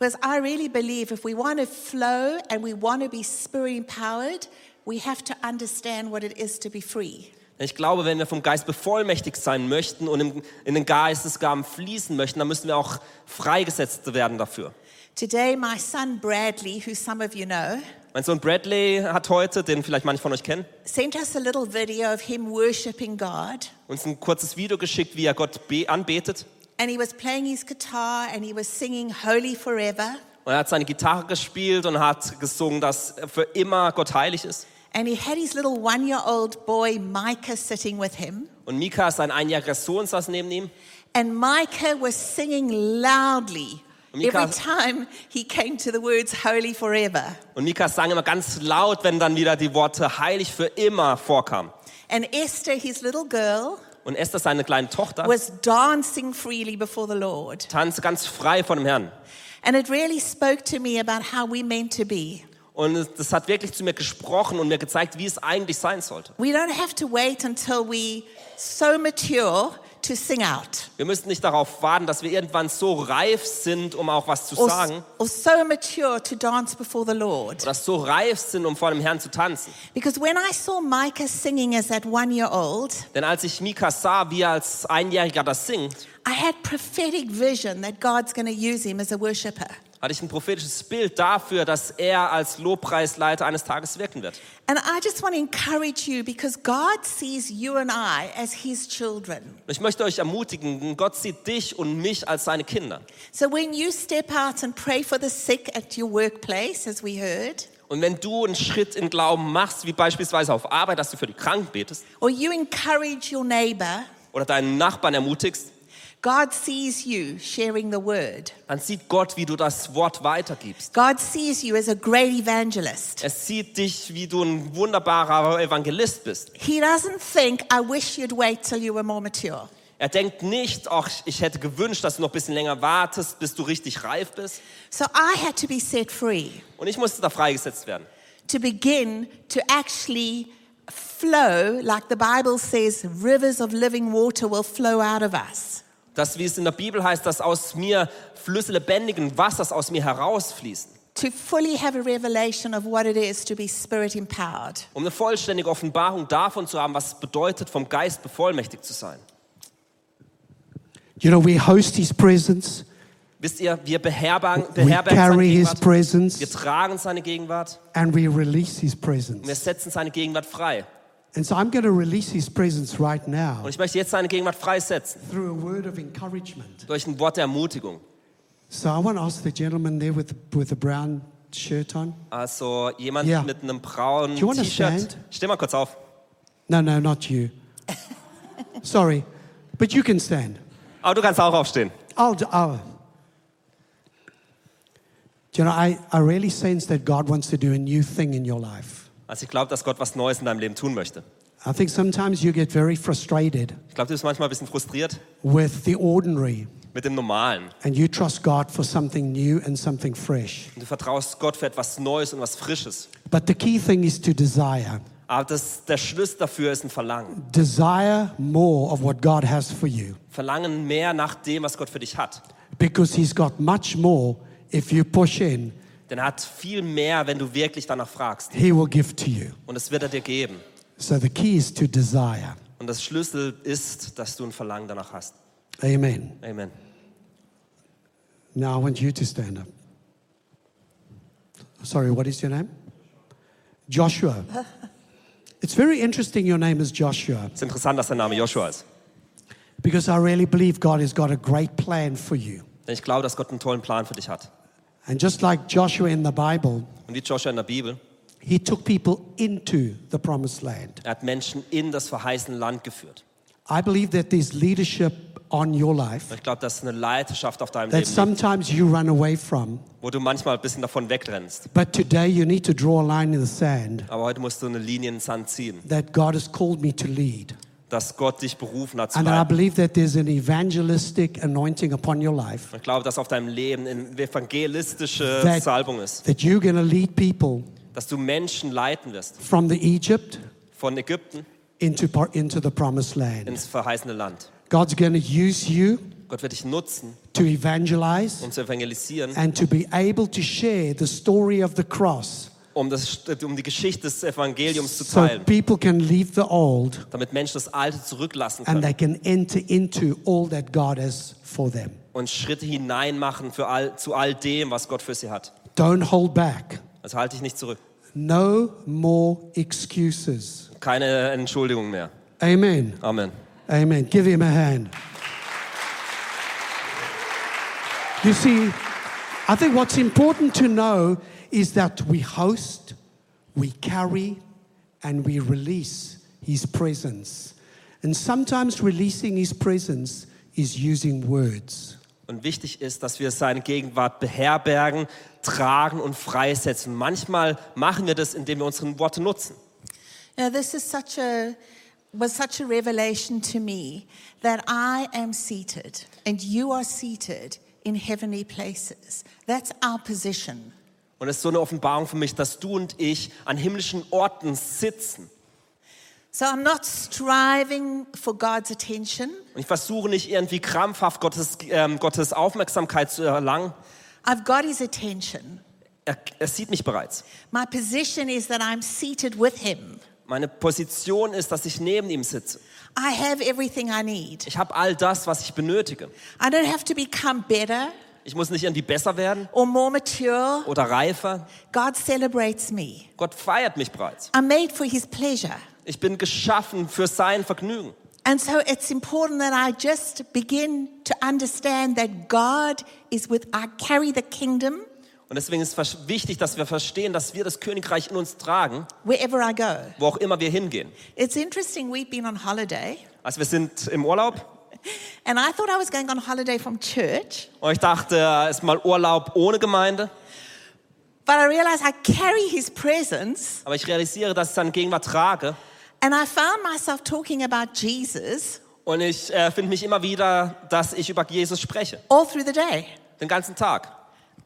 Speaker 3: Because I really believe if we want to flow and we want to be spirit empowered, we have to understand what it is to be free.
Speaker 2: Ich glaube, wenn wir vom Geist bevollmächtigt sein möchten und im, in den Geistesgaben fließen möchten, dann müssen wir auch freigesetzt werden dafür.
Speaker 3: Today, my son Bradley, who some of you know,
Speaker 2: Mein Sohn Bradley hat heute, den vielleicht manche von euch kennen,
Speaker 3: sent us a little video of him worshiping God.
Speaker 2: uns ein kurzes Video geschickt, wie er Gott be- anbetet.
Speaker 3: And he was playing his guitar and he was singing Holy Forever.
Speaker 2: Und er hat seine Gitarre gespielt und hat gesungen, dass für immer Gott heilig ist.
Speaker 3: And he had his little one year old boy Micah sitting with him.
Speaker 2: Und Mika, sein einjähriger Sohn, saß neben ihm.
Speaker 3: And Micah was singing loudly
Speaker 2: Micah-
Speaker 3: every time he came to the words Holy Forever.
Speaker 2: Und Mika sang immer ganz laut, wenn dann wieder die Worte heilig für immer vorkamen.
Speaker 3: And Esther, his little girl,
Speaker 2: Und Esther, seine kleine Tochter,
Speaker 3: was dancing freely before the Lord.
Speaker 2: tanzte ganz frei vor dem Herrn.
Speaker 3: And it really spoke to me about how we're meant to be.
Speaker 2: Und es- das hat wirklich zu mir gesprochen und mir gezeigt, wie es eigentlich sein sollte.
Speaker 3: We don't have to wait until we so mature to sing out
Speaker 2: Wir müssen nicht darauf warten, dass wir irgendwann so reif sind, um auch was zu
Speaker 3: or,
Speaker 2: sagen.
Speaker 3: or so mature to dance before the Lord.
Speaker 2: Oder so reif sind, um vor dem Herrn zu tanzen.
Speaker 3: Because when I saw Micah singing as that one year old,
Speaker 2: Denn als ich Mika sah, wie er als Einjähriger das singt,
Speaker 3: I had prophetic vision that God's going to use him as a worshiper.
Speaker 2: hatte ich ein prophetisches Bild dafür, dass er als Lobpreisleiter eines Tages wirken wird.
Speaker 3: And I just want to encourage you because God sees you and I as his children.
Speaker 2: Und ich möchte euch ermutigen, denn Gott sieht dich und mich als seine Kinder.
Speaker 3: So when you step out and pray for the sick at your workplace, as we heard,
Speaker 2: Und wenn du einen Schritt in Glauben machst, wie beispielsweise auf Arbeit, dass du für die Kranken betest
Speaker 3: or you encourage your neighbor,
Speaker 2: oder deinen Nachbarn ermutigst,
Speaker 3: God sees you sharing the word.
Speaker 2: dann sieht Gott, wie du das Wort weitergibst.
Speaker 3: God sees you as a great evangelist.
Speaker 2: Er sieht dich, wie du ein wunderbarer Evangelist bist.
Speaker 3: He doesn't think, I wish you'd wait till you were more mature.
Speaker 2: Er denkt nicht, ach, ich hätte gewünscht, dass du noch ein bisschen länger wartest, bis du richtig reif bist.
Speaker 3: So I had to be set free
Speaker 2: Und ich musste da freigesetzt werden,
Speaker 3: to begin to actually flow, like the Bible says, rivers of living water will flow out of us.
Speaker 2: dass, wie es in der Bibel heißt, dass aus mir Flüsse lebendigen Wassers aus mir herausfließen,
Speaker 3: To fully have a revelation of what it is to be spirit empowered.
Speaker 2: um eine vollständige Offenbarung davon zu haben, was es bedeutet, vom Geist bevollmächtigt zu sein.
Speaker 1: You know, we host his presence,
Speaker 2: Wisst ihr, wir beherbergen,
Speaker 1: we
Speaker 2: beherbergen seine
Speaker 1: carry his
Speaker 2: Gegenwart, wir
Speaker 1: presence,
Speaker 2: tragen seine Gegenwart
Speaker 1: and we release his
Speaker 2: und wir
Speaker 1: presence.
Speaker 2: setzen seine Gegenwart frei.
Speaker 1: And so I'm going to release his presence right now
Speaker 2: Und ich möchte jetzt seine Gegenwart freisetzen
Speaker 1: through a word of encouragement.
Speaker 2: durch ein Wort der Ermutigung.
Speaker 1: So I want to ask the gentleman there with, with the brown shirt on.
Speaker 2: Also jemand
Speaker 1: Ja.
Speaker 2: mit einem braunen
Speaker 1: Do you wanna
Speaker 2: T-Shirt.
Speaker 1: stand?
Speaker 2: Steh mal kurz auf.
Speaker 1: No, no, not you. Sorry, but you can stand.
Speaker 2: Aber du kannst auch aufstehen.
Speaker 1: I'll, d- I'll. Do you know, I, I really sense that God wants to do a new thing in your life.
Speaker 2: Also ich glaube, dass Gott was Neues in deinem Leben tun möchte.
Speaker 1: I think sometimes you get very frustrated
Speaker 2: Ich glaube, du bist manchmal ein bisschen frustriert
Speaker 1: with the ordinary
Speaker 2: mit dem Normalen.
Speaker 1: and you trust God for something new and something fresh.
Speaker 2: Und du vertraust Gott für etwas Neues und was Frisches.
Speaker 1: But the key thing is to desire.
Speaker 2: Aber das, der Schlüssel dafür ist ein Verlangen.
Speaker 1: Desire more of what God has for you
Speaker 2: Verlangen mehr nach dem, was Gott für dich hat.
Speaker 1: because He's got much more if you push in,
Speaker 2: Denn er hat viel mehr, wenn du wirklich danach fragst.
Speaker 1: He will give to you.
Speaker 2: Und das wird er dir geben.
Speaker 1: So the key is to desire.
Speaker 2: Und das Schlüssel ist, dass du ein Verlangen danach hast.
Speaker 1: Amen.
Speaker 2: Amen.
Speaker 1: Now I want you to stand up. Sorry, what is your name? Joshua. It's very interesting your name is Joshua
Speaker 2: Es ist interessant, dass der Name Joshua ist.
Speaker 1: because I really believe God has got a great plan for you.
Speaker 2: Denn ich glaube, dass Gott einen tollen Plan für dich hat.
Speaker 1: And just like Joshua in the Bible,
Speaker 2: Und wie Joshua in der Bibel,
Speaker 1: he took people into the promised land.
Speaker 2: er hat Menschen in das verheißene Land geführt.
Speaker 1: I believe that there's leadership on your
Speaker 2: Und
Speaker 1: life
Speaker 2: ich glaube, das ist eine Leidenschaft auf deinem
Speaker 1: that
Speaker 2: Leben,
Speaker 1: sometimes you run away from,
Speaker 2: wo du manchmal ein bisschen davon wegrennst.
Speaker 1: but today you need to draw a line in the sand
Speaker 2: Aber heute musst du eine Linie in den Sand ziehen,
Speaker 1: that God has called me to lead.
Speaker 2: dass Gott dich berufen hat zu
Speaker 1: And I
Speaker 2: leiten.
Speaker 1: believe that there's an evangelistic anointing upon your life
Speaker 2: Und ich glaube, dass auf deinem Leben eine evangelistische
Speaker 1: That-
Speaker 2: Salbung ist,
Speaker 1: that you're going to lead people
Speaker 2: dass du Menschen leiten wirst
Speaker 1: from the Egypt
Speaker 2: von Ägypten
Speaker 1: into, par- into the promised land.
Speaker 2: ins verheißene Land.
Speaker 1: God's going to use you
Speaker 2: Gott wird dich nutzen,
Speaker 1: to evangelize
Speaker 2: um zu evangelisieren,
Speaker 1: and to be able to share the story of the cross
Speaker 2: um, das, um die Geschichte des Evangeliums zu
Speaker 1: so
Speaker 2: teilen,
Speaker 1: people can leave the old
Speaker 2: damit Menschen das Alte zurücklassen
Speaker 1: and
Speaker 2: können
Speaker 1: they can enter into all that God has for them.
Speaker 2: und Schritte hineinmachen für all, zu all dem, was Gott für sie hat.
Speaker 1: Don't hold back.
Speaker 2: Also halte dich nicht zurück.
Speaker 1: No more excuses.
Speaker 2: Keine Entschuldigung mehr.
Speaker 1: Amen.
Speaker 2: Amen.
Speaker 1: Amen. Give him a hand. You see, I think what's important to know is that we host, we carry, and we release his presence. And sometimes releasing his presence is using words.
Speaker 2: Und wichtig ist, dass wir seine Gegenwart beherbergen, tragen und freisetzen. Manchmal machen wir das, indem wir unsere Worte nutzen.
Speaker 3: You know, this is such a was such a revelation to me that I am seated and you are seated in heavenly places. That's our position.
Speaker 2: Und es ist so eine Offenbarung für mich, dass du und ich an himmlischen Orten sitzen.
Speaker 3: So I'm not striving for God's attention.
Speaker 2: Und ich versuche nicht irgendwie krampfhaft Gottes, ähm, Gottes Aufmerksamkeit zu erlangen.
Speaker 3: I've got his attention.
Speaker 2: Er, er sieht mich bereits.
Speaker 3: My position is that I'm seated with him.
Speaker 2: Meine Position ist, dass ich neben ihm sitze.
Speaker 3: I have everything I need.
Speaker 2: Ich habe all das, was ich benötige.
Speaker 3: I don't have to become better
Speaker 2: Ich muss nicht irgendwie besser werden
Speaker 3: or more mature.
Speaker 2: oder reifer.
Speaker 3: God celebrates me.
Speaker 2: Gott feiert mich bereits.
Speaker 3: I'm made for his pleasure.
Speaker 2: Ich bin geschaffen für sein Vergnügen.
Speaker 3: And so it's important that I just begin to understand that God is with, I carry the kingdom
Speaker 2: Und deswegen ist es wichtig, dass wir verstehen, dass wir das Königreich in uns tragen,
Speaker 3: wherever I go.
Speaker 2: wo auch immer wir hingehen.
Speaker 3: It's interesting, we've been on holiday,
Speaker 2: Also wir sind im Urlaub
Speaker 3: and I thought I was going on holiday from church,
Speaker 2: und ich dachte, es ist mal Urlaub ohne Gemeinde.
Speaker 3: but I realized I carry his presence,
Speaker 2: Aber ich realisiere, dass ich seine Gegenwart trage.
Speaker 3: and I found myself talking about Jesus
Speaker 2: Und ich äh, finde mich immer wieder, dass ich über Jesus spreche.
Speaker 3: all through the day
Speaker 2: Den ganzen Tag.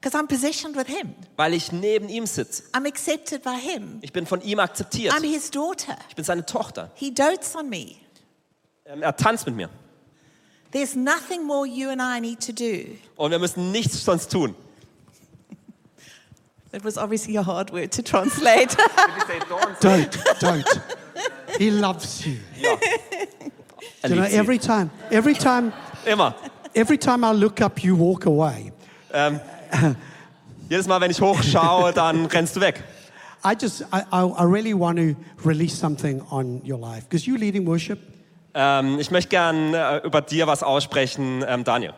Speaker 3: because I'm positioned with him.
Speaker 2: Weil ich neben ihm sitze.
Speaker 3: I'm accepted by him.
Speaker 2: Ich bin von ihm akzeptiert.
Speaker 3: I'm his daughter.
Speaker 2: Ich bin seine Tochter.
Speaker 3: He dotes on me.
Speaker 2: Ähm, Er tanzt mit mir.
Speaker 3: There's nothing more you and I need to do.
Speaker 2: Und wir müssen nichts sonst tun.
Speaker 3: That was obviously a hard word to translate.
Speaker 1: Don't, don't. He loves you.
Speaker 2: Er
Speaker 1: You know,
Speaker 2: liebt sie.
Speaker 1: every time, every time,
Speaker 2: Immer.
Speaker 1: every time I look up, you walk away.
Speaker 2: Jedes Mal, wenn ich hochschaue, dann rennst du weg.
Speaker 1: I just, I, I, I really want to release something on your life because you leading worship.
Speaker 2: Ähm, ich möchte gern äh, über dir was aussprechen, ähm, Daniel.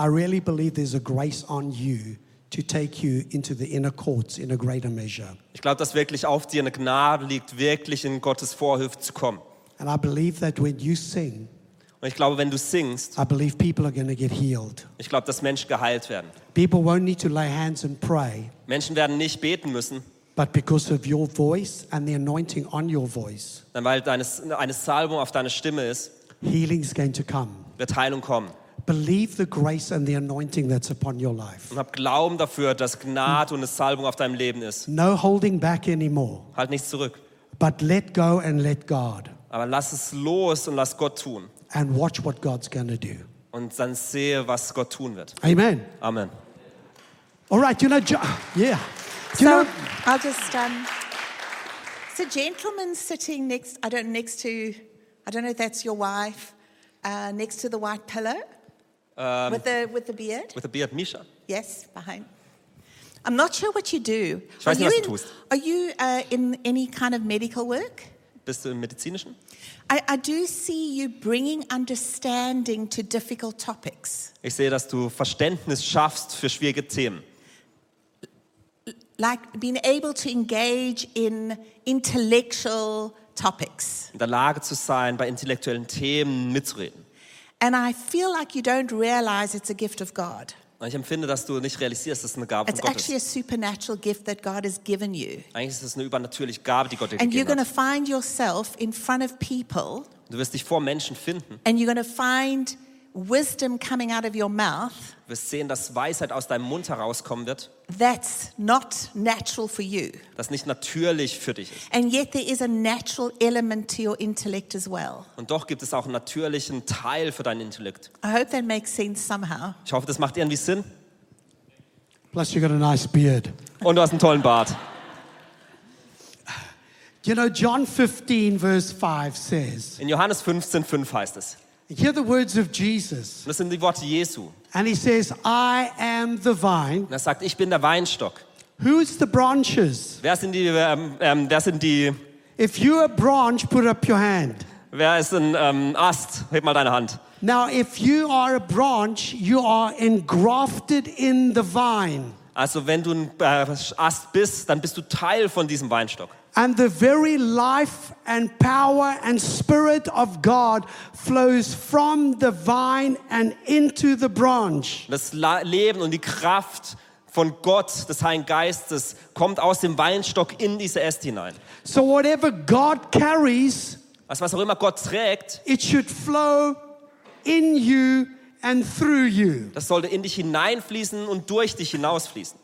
Speaker 1: I really believe there's a grace on you to take you into the inner courts in a greater measure.
Speaker 2: Ich glaube, dass wirklich auf dir eine Gnade liegt, wirklich in Gottes Vorhöfe zu kommen.
Speaker 1: And I believe that when you sing,
Speaker 2: Und ich glaube, wenn du singst,
Speaker 1: I believe people are going to get healed.
Speaker 2: ich glaube, dass Menschen geheilt werden.
Speaker 1: People won't need to lay hands and pray,
Speaker 2: Menschen werden nicht beten müssen,
Speaker 1: but because of your voice and the anointing on your voice,
Speaker 2: denn weil deines, eine Salbung auf deine Stimme ist,
Speaker 1: healing's going to come.
Speaker 2: wird Heilung kommen.
Speaker 1: Believe the grace and the anointing that's upon your life.
Speaker 2: Und hab Glauben dafür, dass Gnade und eine Salbung auf deinem Leben ist.
Speaker 1: No holding back anymore,
Speaker 2: Halt nichts zurück.
Speaker 1: but let go and let God
Speaker 2: Aber lass es los und lass Gott tun.
Speaker 1: and watch what God's going to do.
Speaker 2: Und dann sehe, was Gott tun wird.
Speaker 1: Amen.
Speaker 2: Amen.
Speaker 1: All right, you know, Jo- yeah. Do you
Speaker 3: so
Speaker 1: know,
Speaker 3: I'll just. Um, so, gentleman sitting next, I don't next to, I don't know if that's your wife, uh, next to the white pillow with the with the beard.
Speaker 2: With a beard, Misha.
Speaker 3: Yes, behind. I'm not sure what you do.
Speaker 2: Ich weiß
Speaker 3: are
Speaker 2: nicht,
Speaker 3: you,
Speaker 2: was du
Speaker 3: in,
Speaker 2: tust.
Speaker 3: are you uh, in any kind of medical work?
Speaker 2: Bist du im Medizinischen?
Speaker 3: I, I do see you bringing understanding to difficult topics,
Speaker 2: Ich sehe, dass du Verständnis schaffst für schwierige Themen.
Speaker 3: like being able to engage in intellectual topics.
Speaker 2: In der Lage zu sein, bei intellektuellen Themen mitzureden.
Speaker 3: And I feel like you don't realize it's a gift of God.
Speaker 2: Und ich empfinde, dass du nicht realisierst, dass es eine Gabe
Speaker 3: It's
Speaker 2: von Gott
Speaker 3: actually
Speaker 2: ist.
Speaker 3: a supernatural gift that God has given you.
Speaker 2: Eigentlich ist es eine übernatürliche Gabe, die Gott dir
Speaker 3: And you're
Speaker 2: gegeben
Speaker 3: going to
Speaker 2: hat.
Speaker 3: find yourself in front of people,
Speaker 2: Du wirst dich vor Menschen finden.
Speaker 3: and you're going to find wisdom coming out of your mouth
Speaker 2: Du wirst sehen, dass Weisheit aus deinem Mund herauskommen wird,
Speaker 3: that's not natural for you.
Speaker 2: das nicht natürlich für dich ist.
Speaker 3: And yet, there is a natural element to your intellect as well.
Speaker 2: Und doch gibt es auch einen natürlichen Teil für deinen Intellekt.
Speaker 3: I hope that makes sense somehow.
Speaker 2: Ich hoffe, das macht irgendwie Sinn.
Speaker 1: plus, you got a nice beard.
Speaker 2: Und du hast einen tollen Bart.
Speaker 1: You know, John 15, verse 5 says,
Speaker 2: In Johannes 15,5 heißt es.
Speaker 1: Hear the words of Jesus.
Speaker 2: Und das sind die Worte Jesu.
Speaker 1: And he says, I am the vine.
Speaker 2: Und er sagt, ich bin der Weinstock.
Speaker 1: Who's the branches?
Speaker 2: Wer sind die, ähm, ähm, wer sind die,
Speaker 1: If you're a branch, put up your hand.
Speaker 2: wer ist ein ähm, Ast? Heb mal deine Hand.
Speaker 1: Now, if you are a branch, you are engrafted in the vine.
Speaker 2: Also wenn du ein äh, Ast bist, dann bist du Teil von diesem Weinstock.
Speaker 1: And the very life and power and spirit of God flows from the vine and into the branch.
Speaker 2: Das La Leben und die Kraft von Gott, des Heiligen Geistes, kommt aus dem Weinstock in diese Äste hinein.
Speaker 1: So, whatever God carries,
Speaker 2: Also was auch immer Gott trägt,
Speaker 1: It should flow in you and through you.
Speaker 2: das sollte in dich hineinfließen und durch dich hinausfließen.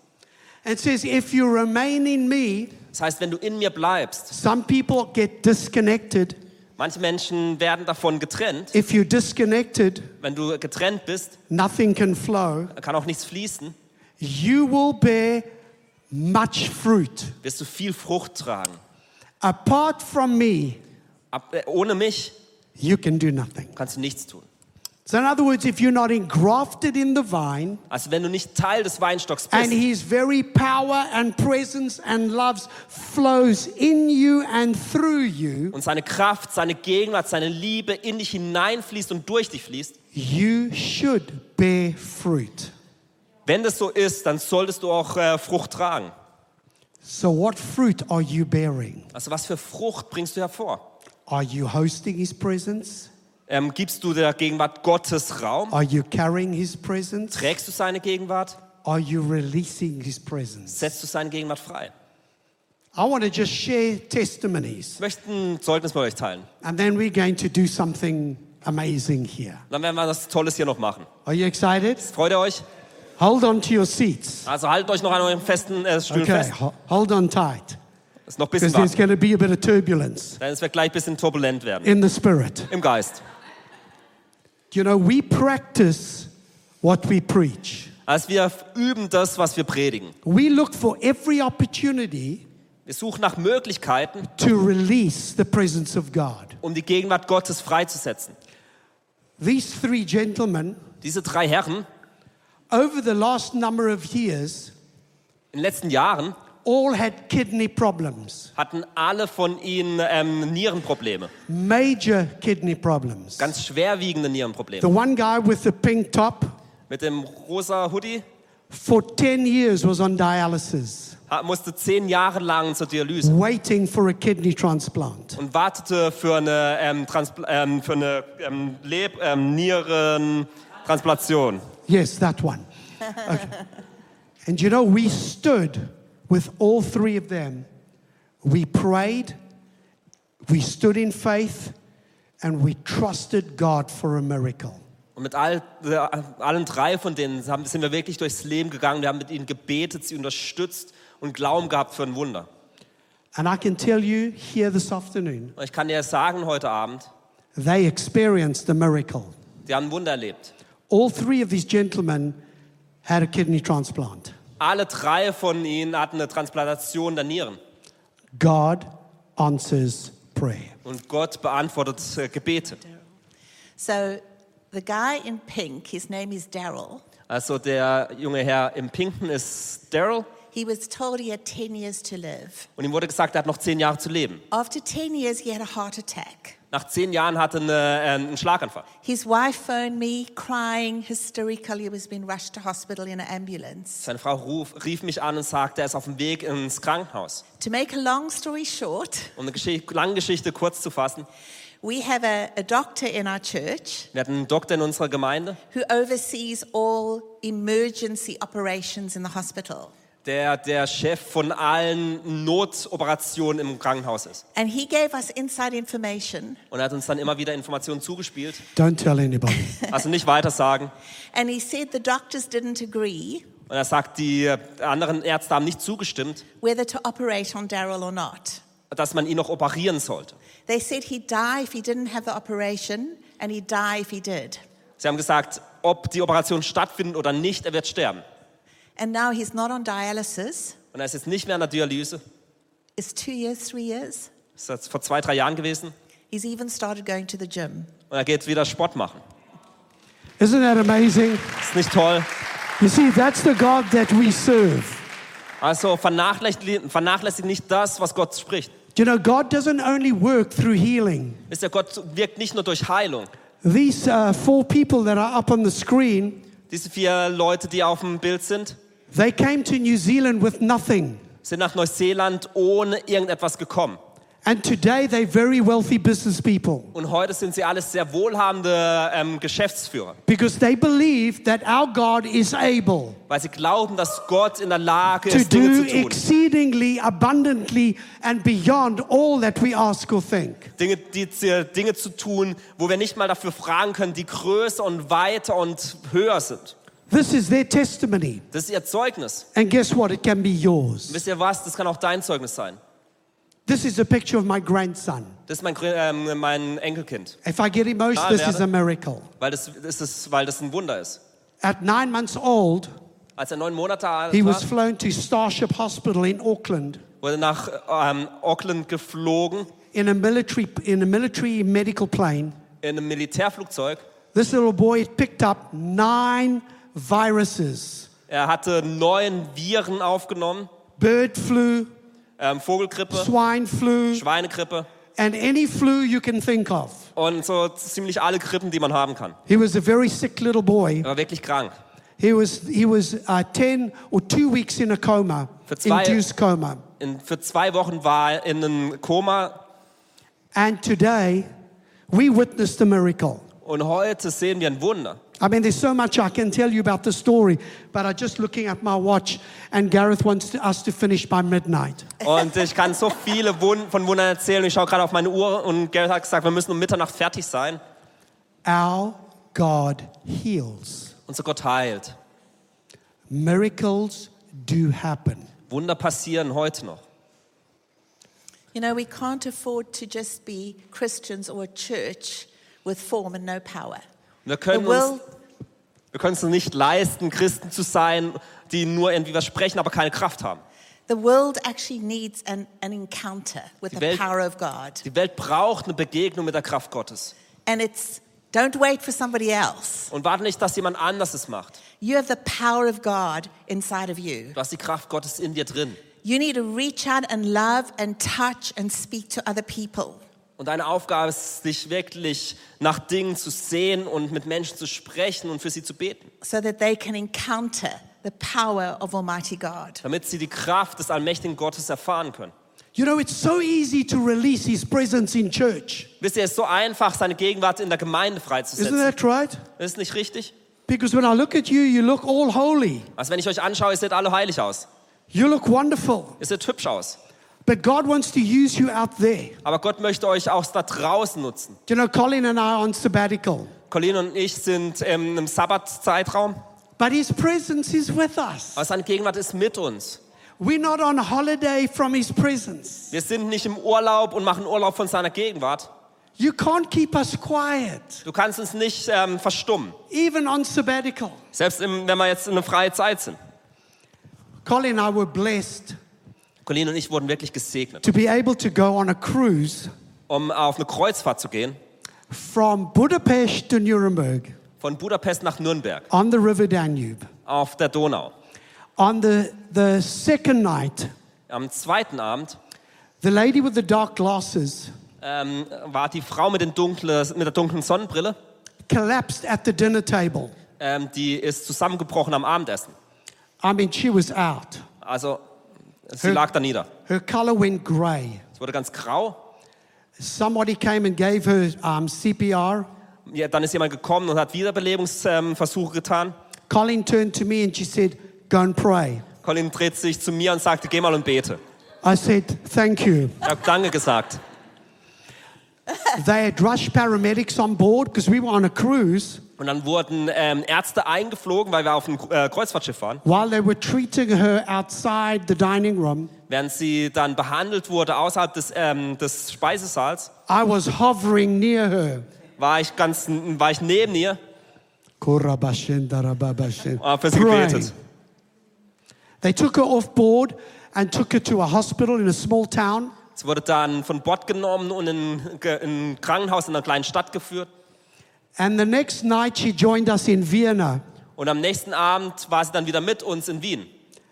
Speaker 1: And it says, if you remain in me,
Speaker 2: Das heißt, wenn du in mir bleibst,
Speaker 1: some people get disconnected.
Speaker 2: manche Menschen werden davon getrennt.
Speaker 1: If you're disconnected,
Speaker 2: Wenn du getrennt bist,
Speaker 1: nothing can flow.
Speaker 2: kann auch nichts fließen,
Speaker 1: You will bear much fruit.
Speaker 2: wirst du viel Frucht tragen.
Speaker 1: Apart from me,
Speaker 2: Ab, äh, ohne mich
Speaker 1: you can do nothing.
Speaker 2: kannst du nichts tun.
Speaker 1: So, in other words, if you're not engrafted in the vine,
Speaker 2: Also wenn du nicht Teil des Weinstocks
Speaker 1: and
Speaker 2: bist,
Speaker 1: his very power and presence and loves flows in you and through you,
Speaker 2: und seine Kraft, seine Gegenwart, seine Liebe in dich hineinfließt und durch dich fließt,
Speaker 1: you should bear fruit.
Speaker 2: wenn das so ist, dann solltest du auch äh, Frucht tragen.
Speaker 1: So, what fruit are you bearing?
Speaker 2: Also was für Frucht bringst du hervor?
Speaker 1: Are you hosting his presence?
Speaker 2: Ähm, gibst du der Gegenwart Gottes Raum?
Speaker 1: Are you carrying his presence?
Speaker 2: Trägst du seine Gegenwart?
Speaker 1: Are you releasing his presence?
Speaker 2: Setzt du seine Gegenwart frei?
Speaker 1: I want to just share
Speaker 2: Ich
Speaker 1: testimonies,
Speaker 2: möchte ein Zeugnis mit euch teilen.
Speaker 1: and then we're going to do something amazing here.
Speaker 2: Dann werden wir was Tolles hier noch machen.
Speaker 1: Are you excited?
Speaker 2: Freut ihr euch?
Speaker 1: Hold on to your seats.
Speaker 2: Also haltet euch noch an eurem festen äh, Stuhl
Speaker 1: Okay,
Speaker 2: fest.
Speaker 1: ho- hold on tight.
Speaker 2: Ist noch ein
Speaker 1: Because
Speaker 2: bisschen
Speaker 1: there's
Speaker 2: warm.
Speaker 1: going to be a bit of turbulence
Speaker 2: Dann wird gleich ein bisschen turbulent werden.
Speaker 1: in the spirit.
Speaker 2: Im Geist.
Speaker 1: You know, we practice what we preach.
Speaker 2: Also wir üben das, was wir predigen.
Speaker 1: We look for every opportunity
Speaker 2: Wir suchen nach Möglichkeiten,
Speaker 1: to release the presence of God.
Speaker 2: um die Gegenwart Gottes freizusetzen.
Speaker 1: These three gentlemen,
Speaker 2: Diese drei Herren
Speaker 1: over the last number of years,
Speaker 2: in den letzten Jahren
Speaker 1: all had kidney problems,
Speaker 2: hatten alle von ihnen ähm, Nierenprobleme.
Speaker 1: major kidney problems.
Speaker 2: Ganz schwerwiegende
Speaker 1: The
Speaker 2: Nierenprobleme.
Speaker 1: one guy with the pink top,
Speaker 2: Mit dem rosa Hoodie
Speaker 1: for 10 years, was on dialysis,
Speaker 2: ha- musste zehn Jahre lang zur Dialyse
Speaker 1: waiting for a kidney transplant.
Speaker 2: und wartete für eine, ähm, Transpl ähm, für eine ähm, Leb ähm, Nierentransplantation.
Speaker 1: Yes, that one. Okay. and you know, we stood with all three of them. We prayed, we stood in faith, and we trusted God for a miracle.
Speaker 2: Und mit all, äh, allen drei von denen haben, sind wir wirklich durchs Leben gegangen. Wir haben mit ihnen gebetet, sie unterstützt und Glauben gehabt für ein Wunder.
Speaker 1: And I can tell you here this afternoon,
Speaker 2: Und ich kann dir sagen heute Abend,
Speaker 1: they experienced a miracle.
Speaker 2: die haben ein Wunder erlebt.
Speaker 1: All three of these gentlemen had a kidney transplant.
Speaker 2: Alle drei von ihnen hatten eine Transplantation der Nieren.
Speaker 1: God answers prayer.
Speaker 2: Und Gott beantwortet äh, Gebete.
Speaker 3: So the guy in pink, his name is Daryl.
Speaker 2: Also der junge Herr im Pinken ist Daryl
Speaker 3: He was told he had 10 years to live.
Speaker 2: und ihm wurde gesagt, er hat noch zehn Jahre zu leben.
Speaker 3: After 10 years, he had a heart attack.
Speaker 2: Nach zehn Jahren hatte er eine, äh, einen Schlaganfall.
Speaker 3: His wife phoned me crying hysterical. He was being rushed to hospital in an ambulance.
Speaker 2: Seine Frau ruf, rief mich an und sagte, er ist auf dem Weg ins Krankenhaus.
Speaker 3: To make a long story short,
Speaker 2: Um eine Geschi lange Geschichte kurz zu fassen,
Speaker 3: we have a, a doctor in our church
Speaker 2: wir hatten einen Doktor in unserer Gemeinde,
Speaker 3: who oversees all emergency operations in the hospital.
Speaker 2: der der Chef von allen Notoperationen im Krankenhaus ist.
Speaker 3: And he gave us inside information.
Speaker 2: Und er hat uns dann immer wieder Informationen zugespielt.
Speaker 1: Don't tell anybody.
Speaker 2: Also nicht weiter sagen.
Speaker 3: And he said the doctors didn't agree
Speaker 2: Und er sagt, die anderen Ärzte haben nicht zugestimmt,
Speaker 3: whether to operate on Daryl or not.
Speaker 2: dass man ihn noch operieren sollte.
Speaker 3: They said he'd die if he didn't have the operation, and he'd die if he did.
Speaker 2: Sie haben gesagt, ob die Operation stattfindet oder nicht, er wird sterben.
Speaker 3: And now he's not on dialysis.
Speaker 2: Und er ist jetzt nicht mehr an der Dialyse.
Speaker 3: It's two years, three years.
Speaker 2: Das ist jetzt vor zwei, drei Jahren gewesen.
Speaker 3: He's even started going to the gym.
Speaker 2: Und er geht wieder Sport machen.
Speaker 1: Isn't that amazing?
Speaker 2: Ist nicht toll.
Speaker 1: You see, that's the God that we serve.
Speaker 2: Also vernachlässigt, vernachlässigt nicht das, was Gott spricht.
Speaker 1: You know, God doesn't only work through healing.
Speaker 2: Wisst ihr, Gott wirkt nicht nur durch Heilung.
Speaker 1: These uh, four people that are up on the screen,
Speaker 2: Diese vier Leute, die auf dem Bild sind,
Speaker 1: they came to New Zealand with nothing.
Speaker 2: sind nach Neuseeland ohne irgendetwas gekommen.
Speaker 1: And today they're very wealthy business people
Speaker 2: Und heute sind sie alles sehr wohlhabende ähm, Geschäftsführer,
Speaker 1: because they believe that our God is able
Speaker 2: weil sie glauben, dass Gott in der Lage
Speaker 1: to
Speaker 2: ist, Dinge
Speaker 1: do
Speaker 2: zu tun.
Speaker 1: exceedingly abundantly and beyond all that we ask or think.
Speaker 2: Dinge, die, die, Dinge zu tun, wo wir nicht mal dafür fragen können, die größer und weiter und höher sind.
Speaker 1: This is their testimony.
Speaker 2: Das ist ihr Zeugnis.
Speaker 1: And guess what? It can be yours.
Speaker 2: Wisst ihr was? Das kann auch dein Zeugnis sein.
Speaker 1: This is a picture of my grandson.
Speaker 2: Das ist mein, Gr- ähm, mein Enkelkind,
Speaker 1: If I get emotional,
Speaker 2: Ah,
Speaker 1: this
Speaker 2: yeah.
Speaker 1: is a miracle.
Speaker 2: weil das, das ist, weil das ein Wunder ist.
Speaker 1: At nine months old,
Speaker 2: Als er neun Monate alt
Speaker 1: he
Speaker 2: war,
Speaker 1: was flown to Starship Hospital in Auckland
Speaker 2: wurde nach ähm, Auckland geflogen
Speaker 1: in a military, in a military medical plane.
Speaker 2: in einem Militärflugzeug.
Speaker 1: This little boy had picked up nine viruses
Speaker 2: Er hatte neun Viren aufgenommen,
Speaker 1: bird flu,
Speaker 2: ähm, Vogelgrippe,
Speaker 1: swine flu,
Speaker 2: Schweinegrippe
Speaker 1: and any flu you can think of.
Speaker 2: und so ziemlich alle Grippen, die man haben kann.
Speaker 1: He was a very sick little boy.
Speaker 2: Er war wirklich krank.
Speaker 1: He was, he was uh, 10 or two weeks in a coma,
Speaker 2: For zwei-
Speaker 1: induced coma.
Speaker 2: In, für zwei Wochen war er in einem Koma
Speaker 1: And today, we witnessed a miracle.
Speaker 2: und heute sehen wir ein Wunder.
Speaker 1: I mean, there's so much I can tell you about the story, but I'm just looking at my watch, and Gareth wants to, us to finish by midnight.
Speaker 2: Und ich kann so viele Wun von Wundern erzählen. Ich schaue gerade auf meine Uhr und Gareth hat gesagt, wir müssen um Mitternacht fertig sein.
Speaker 1: Our God heals.
Speaker 2: Und so Gott heilt.
Speaker 1: Miracles do happen.
Speaker 2: Wunder passieren heute noch.
Speaker 3: You know, we can't afford to just be Christians or a church with form and no power.
Speaker 2: Wir können
Speaker 3: The will-
Speaker 2: uns, wir können es uns nicht leisten, Christen zu sein, die nur irgendwie was sprechen, aber keine Kraft haben.
Speaker 3: The world actually needs an, an encounter with
Speaker 2: Die
Speaker 3: the
Speaker 2: Welt-
Speaker 3: power of God.
Speaker 2: Die Welt braucht eine Begegnung mit der Kraft Gottes.
Speaker 3: And it's don't wait for somebody else.
Speaker 2: Und warte nicht, dass jemand anders es macht.
Speaker 3: You have the power of God inside of you.
Speaker 2: Du hast die Kraft Gottes in dir drin.
Speaker 3: You need to reach out and love and touch and speak to other people.
Speaker 2: Und deine Aufgabe ist, dich wirklich nach Dingen zu sehen und mit Menschen zu sprechen und für sie zu beten,
Speaker 3: so that they can encounter the power of Almighty God.
Speaker 2: damit sie die Kraft des allmächtigen Gottes erfahren können.
Speaker 1: You know, it's so easy to release His presence in church.
Speaker 2: Wisst ihr, es ist so einfach, seine Gegenwart in der Gemeinde
Speaker 1: Isn't
Speaker 2: freizusetzen.
Speaker 1: that right?
Speaker 2: Ist nicht richtig?
Speaker 1: Because when I look at you, you look all holy,
Speaker 2: Also wenn ich euch anschaue, ihr seht alle heilig aus.
Speaker 1: you look wonderful.
Speaker 2: Ihr seht hübsch aus.
Speaker 1: But God wants to use you out there.
Speaker 2: Aber Gott möchte euch auch da draußen nutzen.
Speaker 1: You know, Colin and I are on sabbatical,
Speaker 2: Colleen und ich sind ähm, im Sabbatzeitraum,
Speaker 1: but His presence is with us.
Speaker 2: aber seine Gegenwart ist mit uns.
Speaker 1: We're not on holiday from His presence.
Speaker 2: Wir sind nicht im Urlaub und machen Urlaub von seiner Gegenwart.
Speaker 1: You can't keep us quiet,
Speaker 2: Du kannst uns nicht ähm, verstummen,
Speaker 1: even on sabbatical.
Speaker 2: selbst im, wenn wir jetzt in einer freien Zeit sind.
Speaker 1: Colin and I were blessed
Speaker 2: Colleen und ich wurden wirklich gesegnet,
Speaker 1: to be able to go on a cruise
Speaker 2: um auf eine Kreuzfahrt zu gehen,
Speaker 1: from Budapest to Nuremberg
Speaker 2: von Budapest nach Nürnberg,
Speaker 1: on the River Danube.
Speaker 2: auf der Donau.
Speaker 1: On the, the second night,
Speaker 2: Am zweiten Abend
Speaker 1: the lady with the dark glasses
Speaker 2: ähm, war die Frau mit, den dunklen, mit der dunklen Sonnenbrille,
Speaker 1: collapsed at the dinner table.
Speaker 2: ähm, die ist zusammengebrochen am Abendessen.
Speaker 1: I mean, she was out.
Speaker 2: Also sie
Speaker 1: Hm.
Speaker 2: lag da nieder.
Speaker 1: Her color went gray.
Speaker 2: Es wurde ganz grau.
Speaker 1: Somebody came and gave her um, CPR.
Speaker 2: Ja, dann ist jemand gekommen und hat Wiederbelebungsversuche ähm, Versuche getan.
Speaker 1: Colin turned to me and she said, Go and pray.
Speaker 2: Colin dreht sich zu mir und sagte, geh mal und bete.
Speaker 1: I said, Thank you.
Speaker 2: Ich habe Danke gesagt.
Speaker 1: They had rushed paramedics on board because we were on a cruise.
Speaker 2: Und dann wurden ähm, Ärzte eingeflogen, weil wir auf einem äh, Kreuzfahrtschiff waren.
Speaker 1: While they were treating her outside the dining room,
Speaker 2: Während sie dann behandelt wurde außerhalb des, ähm, des Speisesaals,
Speaker 1: I was hovering near her.
Speaker 2: war ich, ganz, n- war ich neben ihr
Speaker 1: Korabashin, darababashin.
Speaker 2: und habe für sie
Speaker 1: Praying.
Speaker 2: gebetet.
Speaker 1: They took her off board and took her to a hospital in a small town.
Speaker 2: Sie wurde dann von Bord genommen und in, ge- in ein Krankenhaus in einer kleinen Stadt geführt.
Speaker 1: And the next night, she joined us in Vienna.
Speaker 2: Und am nächsten Abend war sie dann wieder mit uns in Wien.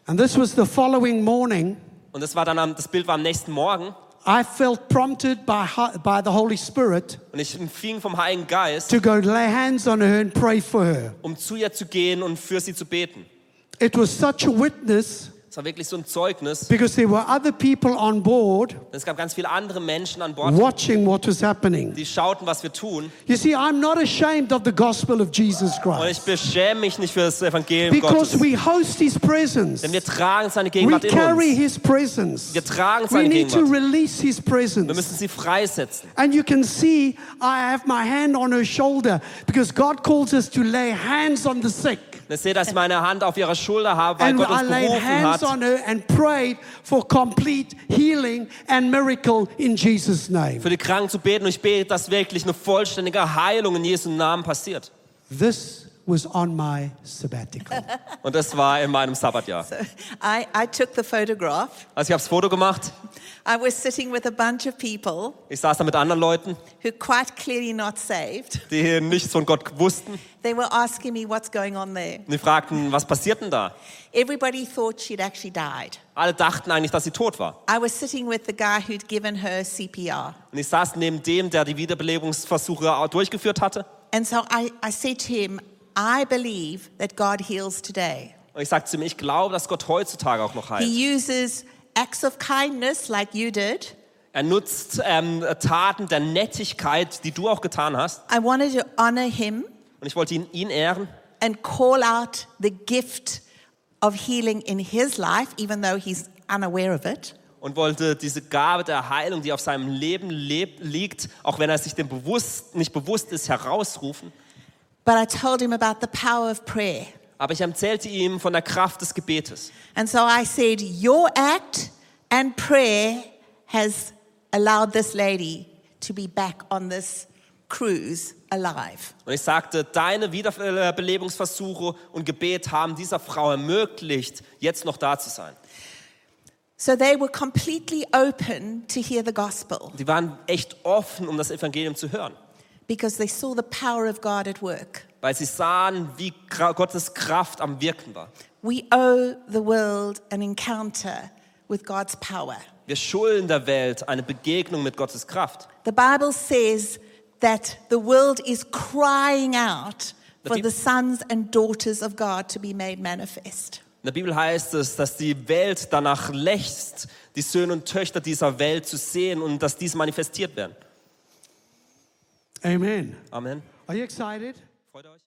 Speaker 1: And this was the following morning.
Speaker 2: Und das, war dann am, das Bild war am nächsten Morgen.
Speaker 1: I felt prompted by, ho- by the Holy Spirit
Speaker 2: Und ich empfing vom Heiligen Geist,
Speaker 1: to go lay hands on her and pray for her.
Speaker 2: um zu ihr zu gehen und für sie zu beten.
Speaker 1: It was such a witness
Speaker 2: Es war wirklich so ein Zeugnis.
Speaker 1: because there were other people on board
Speaker 2: Es gab ganz viele andere Menschen an Bord,
Speaker 1: watching what was happening.
Speaker 2: die schauten, was wir tun.
Speaker 1: You see, I'm not ashamed of the gospel of Jesus
Speaker 2: Und ich
Speaker 1: Christ
Speaker 2: beschäme mich nicht für das Evangelium
Speaker 1: because
Speaker 2: Gottes.
Speaker 1: we host his presence.
Speaker 2: Denn wir tragen seine
Speaker 1: We
Speaker 2: Gegenwart in
Speaker 1: carry
Speaker 2: uns.
Speaker 1: his presence.
Speaker 2: Wir tragen
Speaker 1: We
Speaker 2: seine
Speaker 1: need to
Speaker 2: Gegenwart.
Speaker 1: release his
Speaker 2: Wir
Speaker 1: presence.
Speaker 2: müssen sie freisetzen.
Speaker 1: And you can see I have my hand on her shoulder because God calls us to lay hands on the sick.
Speaker 2: Und ich sehe, dass ich meine Hand auf ihrer Schulter habe, weil
Speaker 1: And
Speaker 2: Gott
Speaker 1: I
Speaker 2: uns
Speaker 1: laid
Speaker 2: berufen
Speaker 1: hands
Speaker 2: hat,
Speaker 1: on her and prayed for complete healing and miracle in Jesus' name.
Speaker 2: für die Kranken zu beten. Und ich bete, dass wirklich eine vollständige Heilung in Jesu Namen passiert.
Speaker 1: This was on my sabbatical.
Speaker 2: Und das war in meinem Sabbatjahr.
Speaker 3: I, I took the photograph.
Speaker 2: Also ich habe das Foto gemacht.
Speaker 3: I was sitting with a bunch of people
Speaker 2: Ich saß da mit anderen Leuten,
Speaker 3: who quite clearly not saved.
Speaker 2: die hier nichts von Gott wussten.
Speaker 3: They were asking me what's going on there.
Speaker 2: Und die fragten, was passiert denn da?
Speaker 3: Everybody thought she'd actually died.
Speaker 2: Alle dachten eigentlich, dass sie tot war.
Speaker 3: I was sitting with the guy who'd given her CPR.
Speaker 2: Und ich saß neben dem, der die Wiederbelebungsversuche auch durchgeführt hatte.
Speaker 3: And so I, I said to him, I believe that God heals today.
Speaker 2: Und ich sagte zu ihm, ich glaube, dass Gott heutzutage auch noch heilt.
Speaker 3: He uses acts of kindness like you did.
Speaker 2: Er nutzt ähm, Taten der Nettigkeit, die du auch getan hast.
Speaker 3: I wanted to honor him
Speaker 2: Und ich wollte ihn, ihn ehren
Speaker 3: and call out the gift of healing in his life, even though he's unaware of it.
Speaker 2: und wollte diese Gabe der Heilung, die auf seinem Leben leb- liegt, auch wenn er sich dem bewusst, nicht bewusst ist, herausrufen.
Speaker 3: But I told him about the power of prayer.
Speaker 2: Aber ich erzählte ihm von der Kraft des Gebetes.
Speaker 3: And so I said, Your act and prayer has allowed this lady to be back on this cruise alive.
Speaker 2: Und ich sagte, deine Wiederbelebungsversuche und Gebet haben dieser Frau ermöglicht, jetzt noch da zu sein.
Speaker 3: So they were completely open to hear the gospel
Speaker 2: Die waren echt offen, um das Evangelium zu hören,
Speaker 3: because they saw the power of God at work.
Speaker 2: weil sie sahen, wie Gra- Gottes Kraft am Wirken war.
Speaker 3: We owe the world an encounter with God's power.
Speaker 2: Wir schulden der Welt eine Begegnung mit Gottes Kraft.
Speaker 3: The Bible says that the world is crying out for
Speaker 2: Bib-
Speaker 3: the sons and daughters of God to be made manifest.
Speaker 2: In der Bibel heißt es, dass die Welt danach lechzt, die Söhne und Töchter dieser Welt zu sehen und dass diese manifestiert werden.
Speaker 1: Amen.
Speaker 2: Amen.
Speaker 1: Are you excited?
Speaker 2: Freut euch.